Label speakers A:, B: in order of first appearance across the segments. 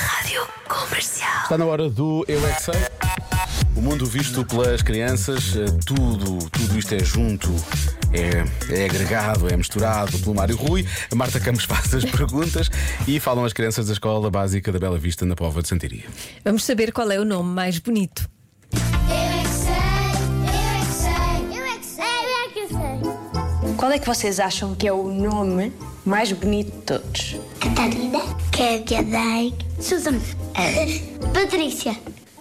A: Rádio Comercial.
B: Está Tá na hora do Eu É Que Sei. O mundo visto pelas crianças, eh, tudo, tudo isto é junto, é, é agregado, é misturado pelo Mário Rui. A Marta Campos faz as perguntas e falam as crianças da Escola Básica da Bela Vista, na Póvoa de Santiria.
A: Vamos saber qual é o nome mais bonito.
C: Eu é que sei, eu é que sei, eu é que sei, eu é que sei.
D: Qual é que vocês acham que é o nome mais bonito de todos?
C: Catarina. Kevin. Susan. Patrícia.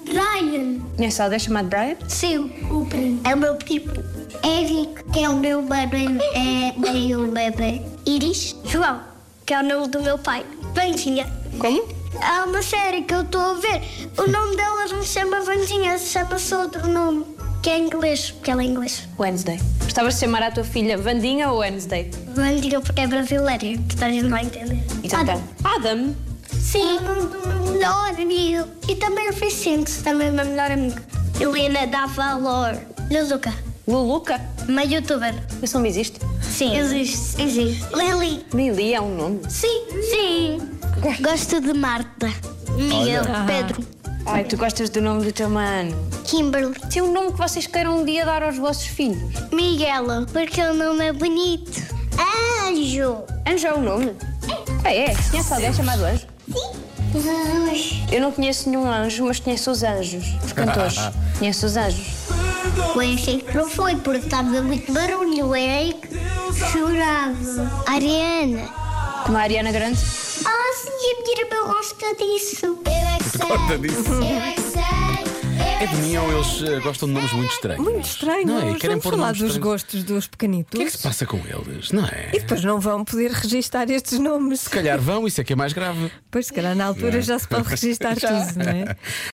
C: Ryan.
D: Conhece alguém chamado é Brian?
C: Sim, o primo. É o meu primo. Eric, que é o meu bebê. É meio bebê. Iris. João, que é o nome do meu pai. Bandinha.
D: Como?
C: Há uma série que eu estou a ver. O nome dela não se chama Vandinha, chama-se outro nome. Que é inglês, porque ela é inglês.
D: Wednesday. Gostavas de chamar a tua filha Vandinha ou Wednesday?
C: Vandinha porque é brasileira, então a gente vai entender. Ah,
D: Adam. Adam?
C: Sim. Melhor amigo. E também o Vicente, também meu melhor amigo. Helena dá valor. Luzuka,
D: Luluca?
C: uma youtuber.
D: Esse nome existe?
C: Sim. Existe. Existe. Lily.
D: Lili é um nome.
C: Sim. Sim. Gosto de Marta. Miguel. Pedro.
D: Ai, tu gostas do nome do teu mano.
C: Kimberly.
D: Se é um nome que vocês queiram um dia dar aos vossos filhos.
C: Miguela, porque o nome é bonito. Anjo.
D: Anjo é um nome? Ah, é? Conhece alguém chamado Anjo? Eu não conheço nenhum anjo, mas conheço os anjos. Os cantores. conheço os anjos.
C: O Henrique não foi porque estava muito barulho. O Henrique chorava. Ariana.
D: Como a Ariana Grande.
C: Ah, sim, a minha irmã gosta disso. Eu é que sei.
B: Gosta disso.
C: Eu é que sei.
B: É de mim ou eles eh, gostam de nomes muito estranhos?
A: Muito estranho.
B: Não é?
A: Vamos
B: Querem pôr
A: falar
B: nomes
A: dos
B: estranhos.
A: gostos dos pequenitos.
B: O que é que se passa com eles? Não é?
A: E depois não vão poder registar estes nomes.
B: Se calhar vão, isso é que é mais grave.
A: Pois, se calhar na altura já se pode registar tudo, não é?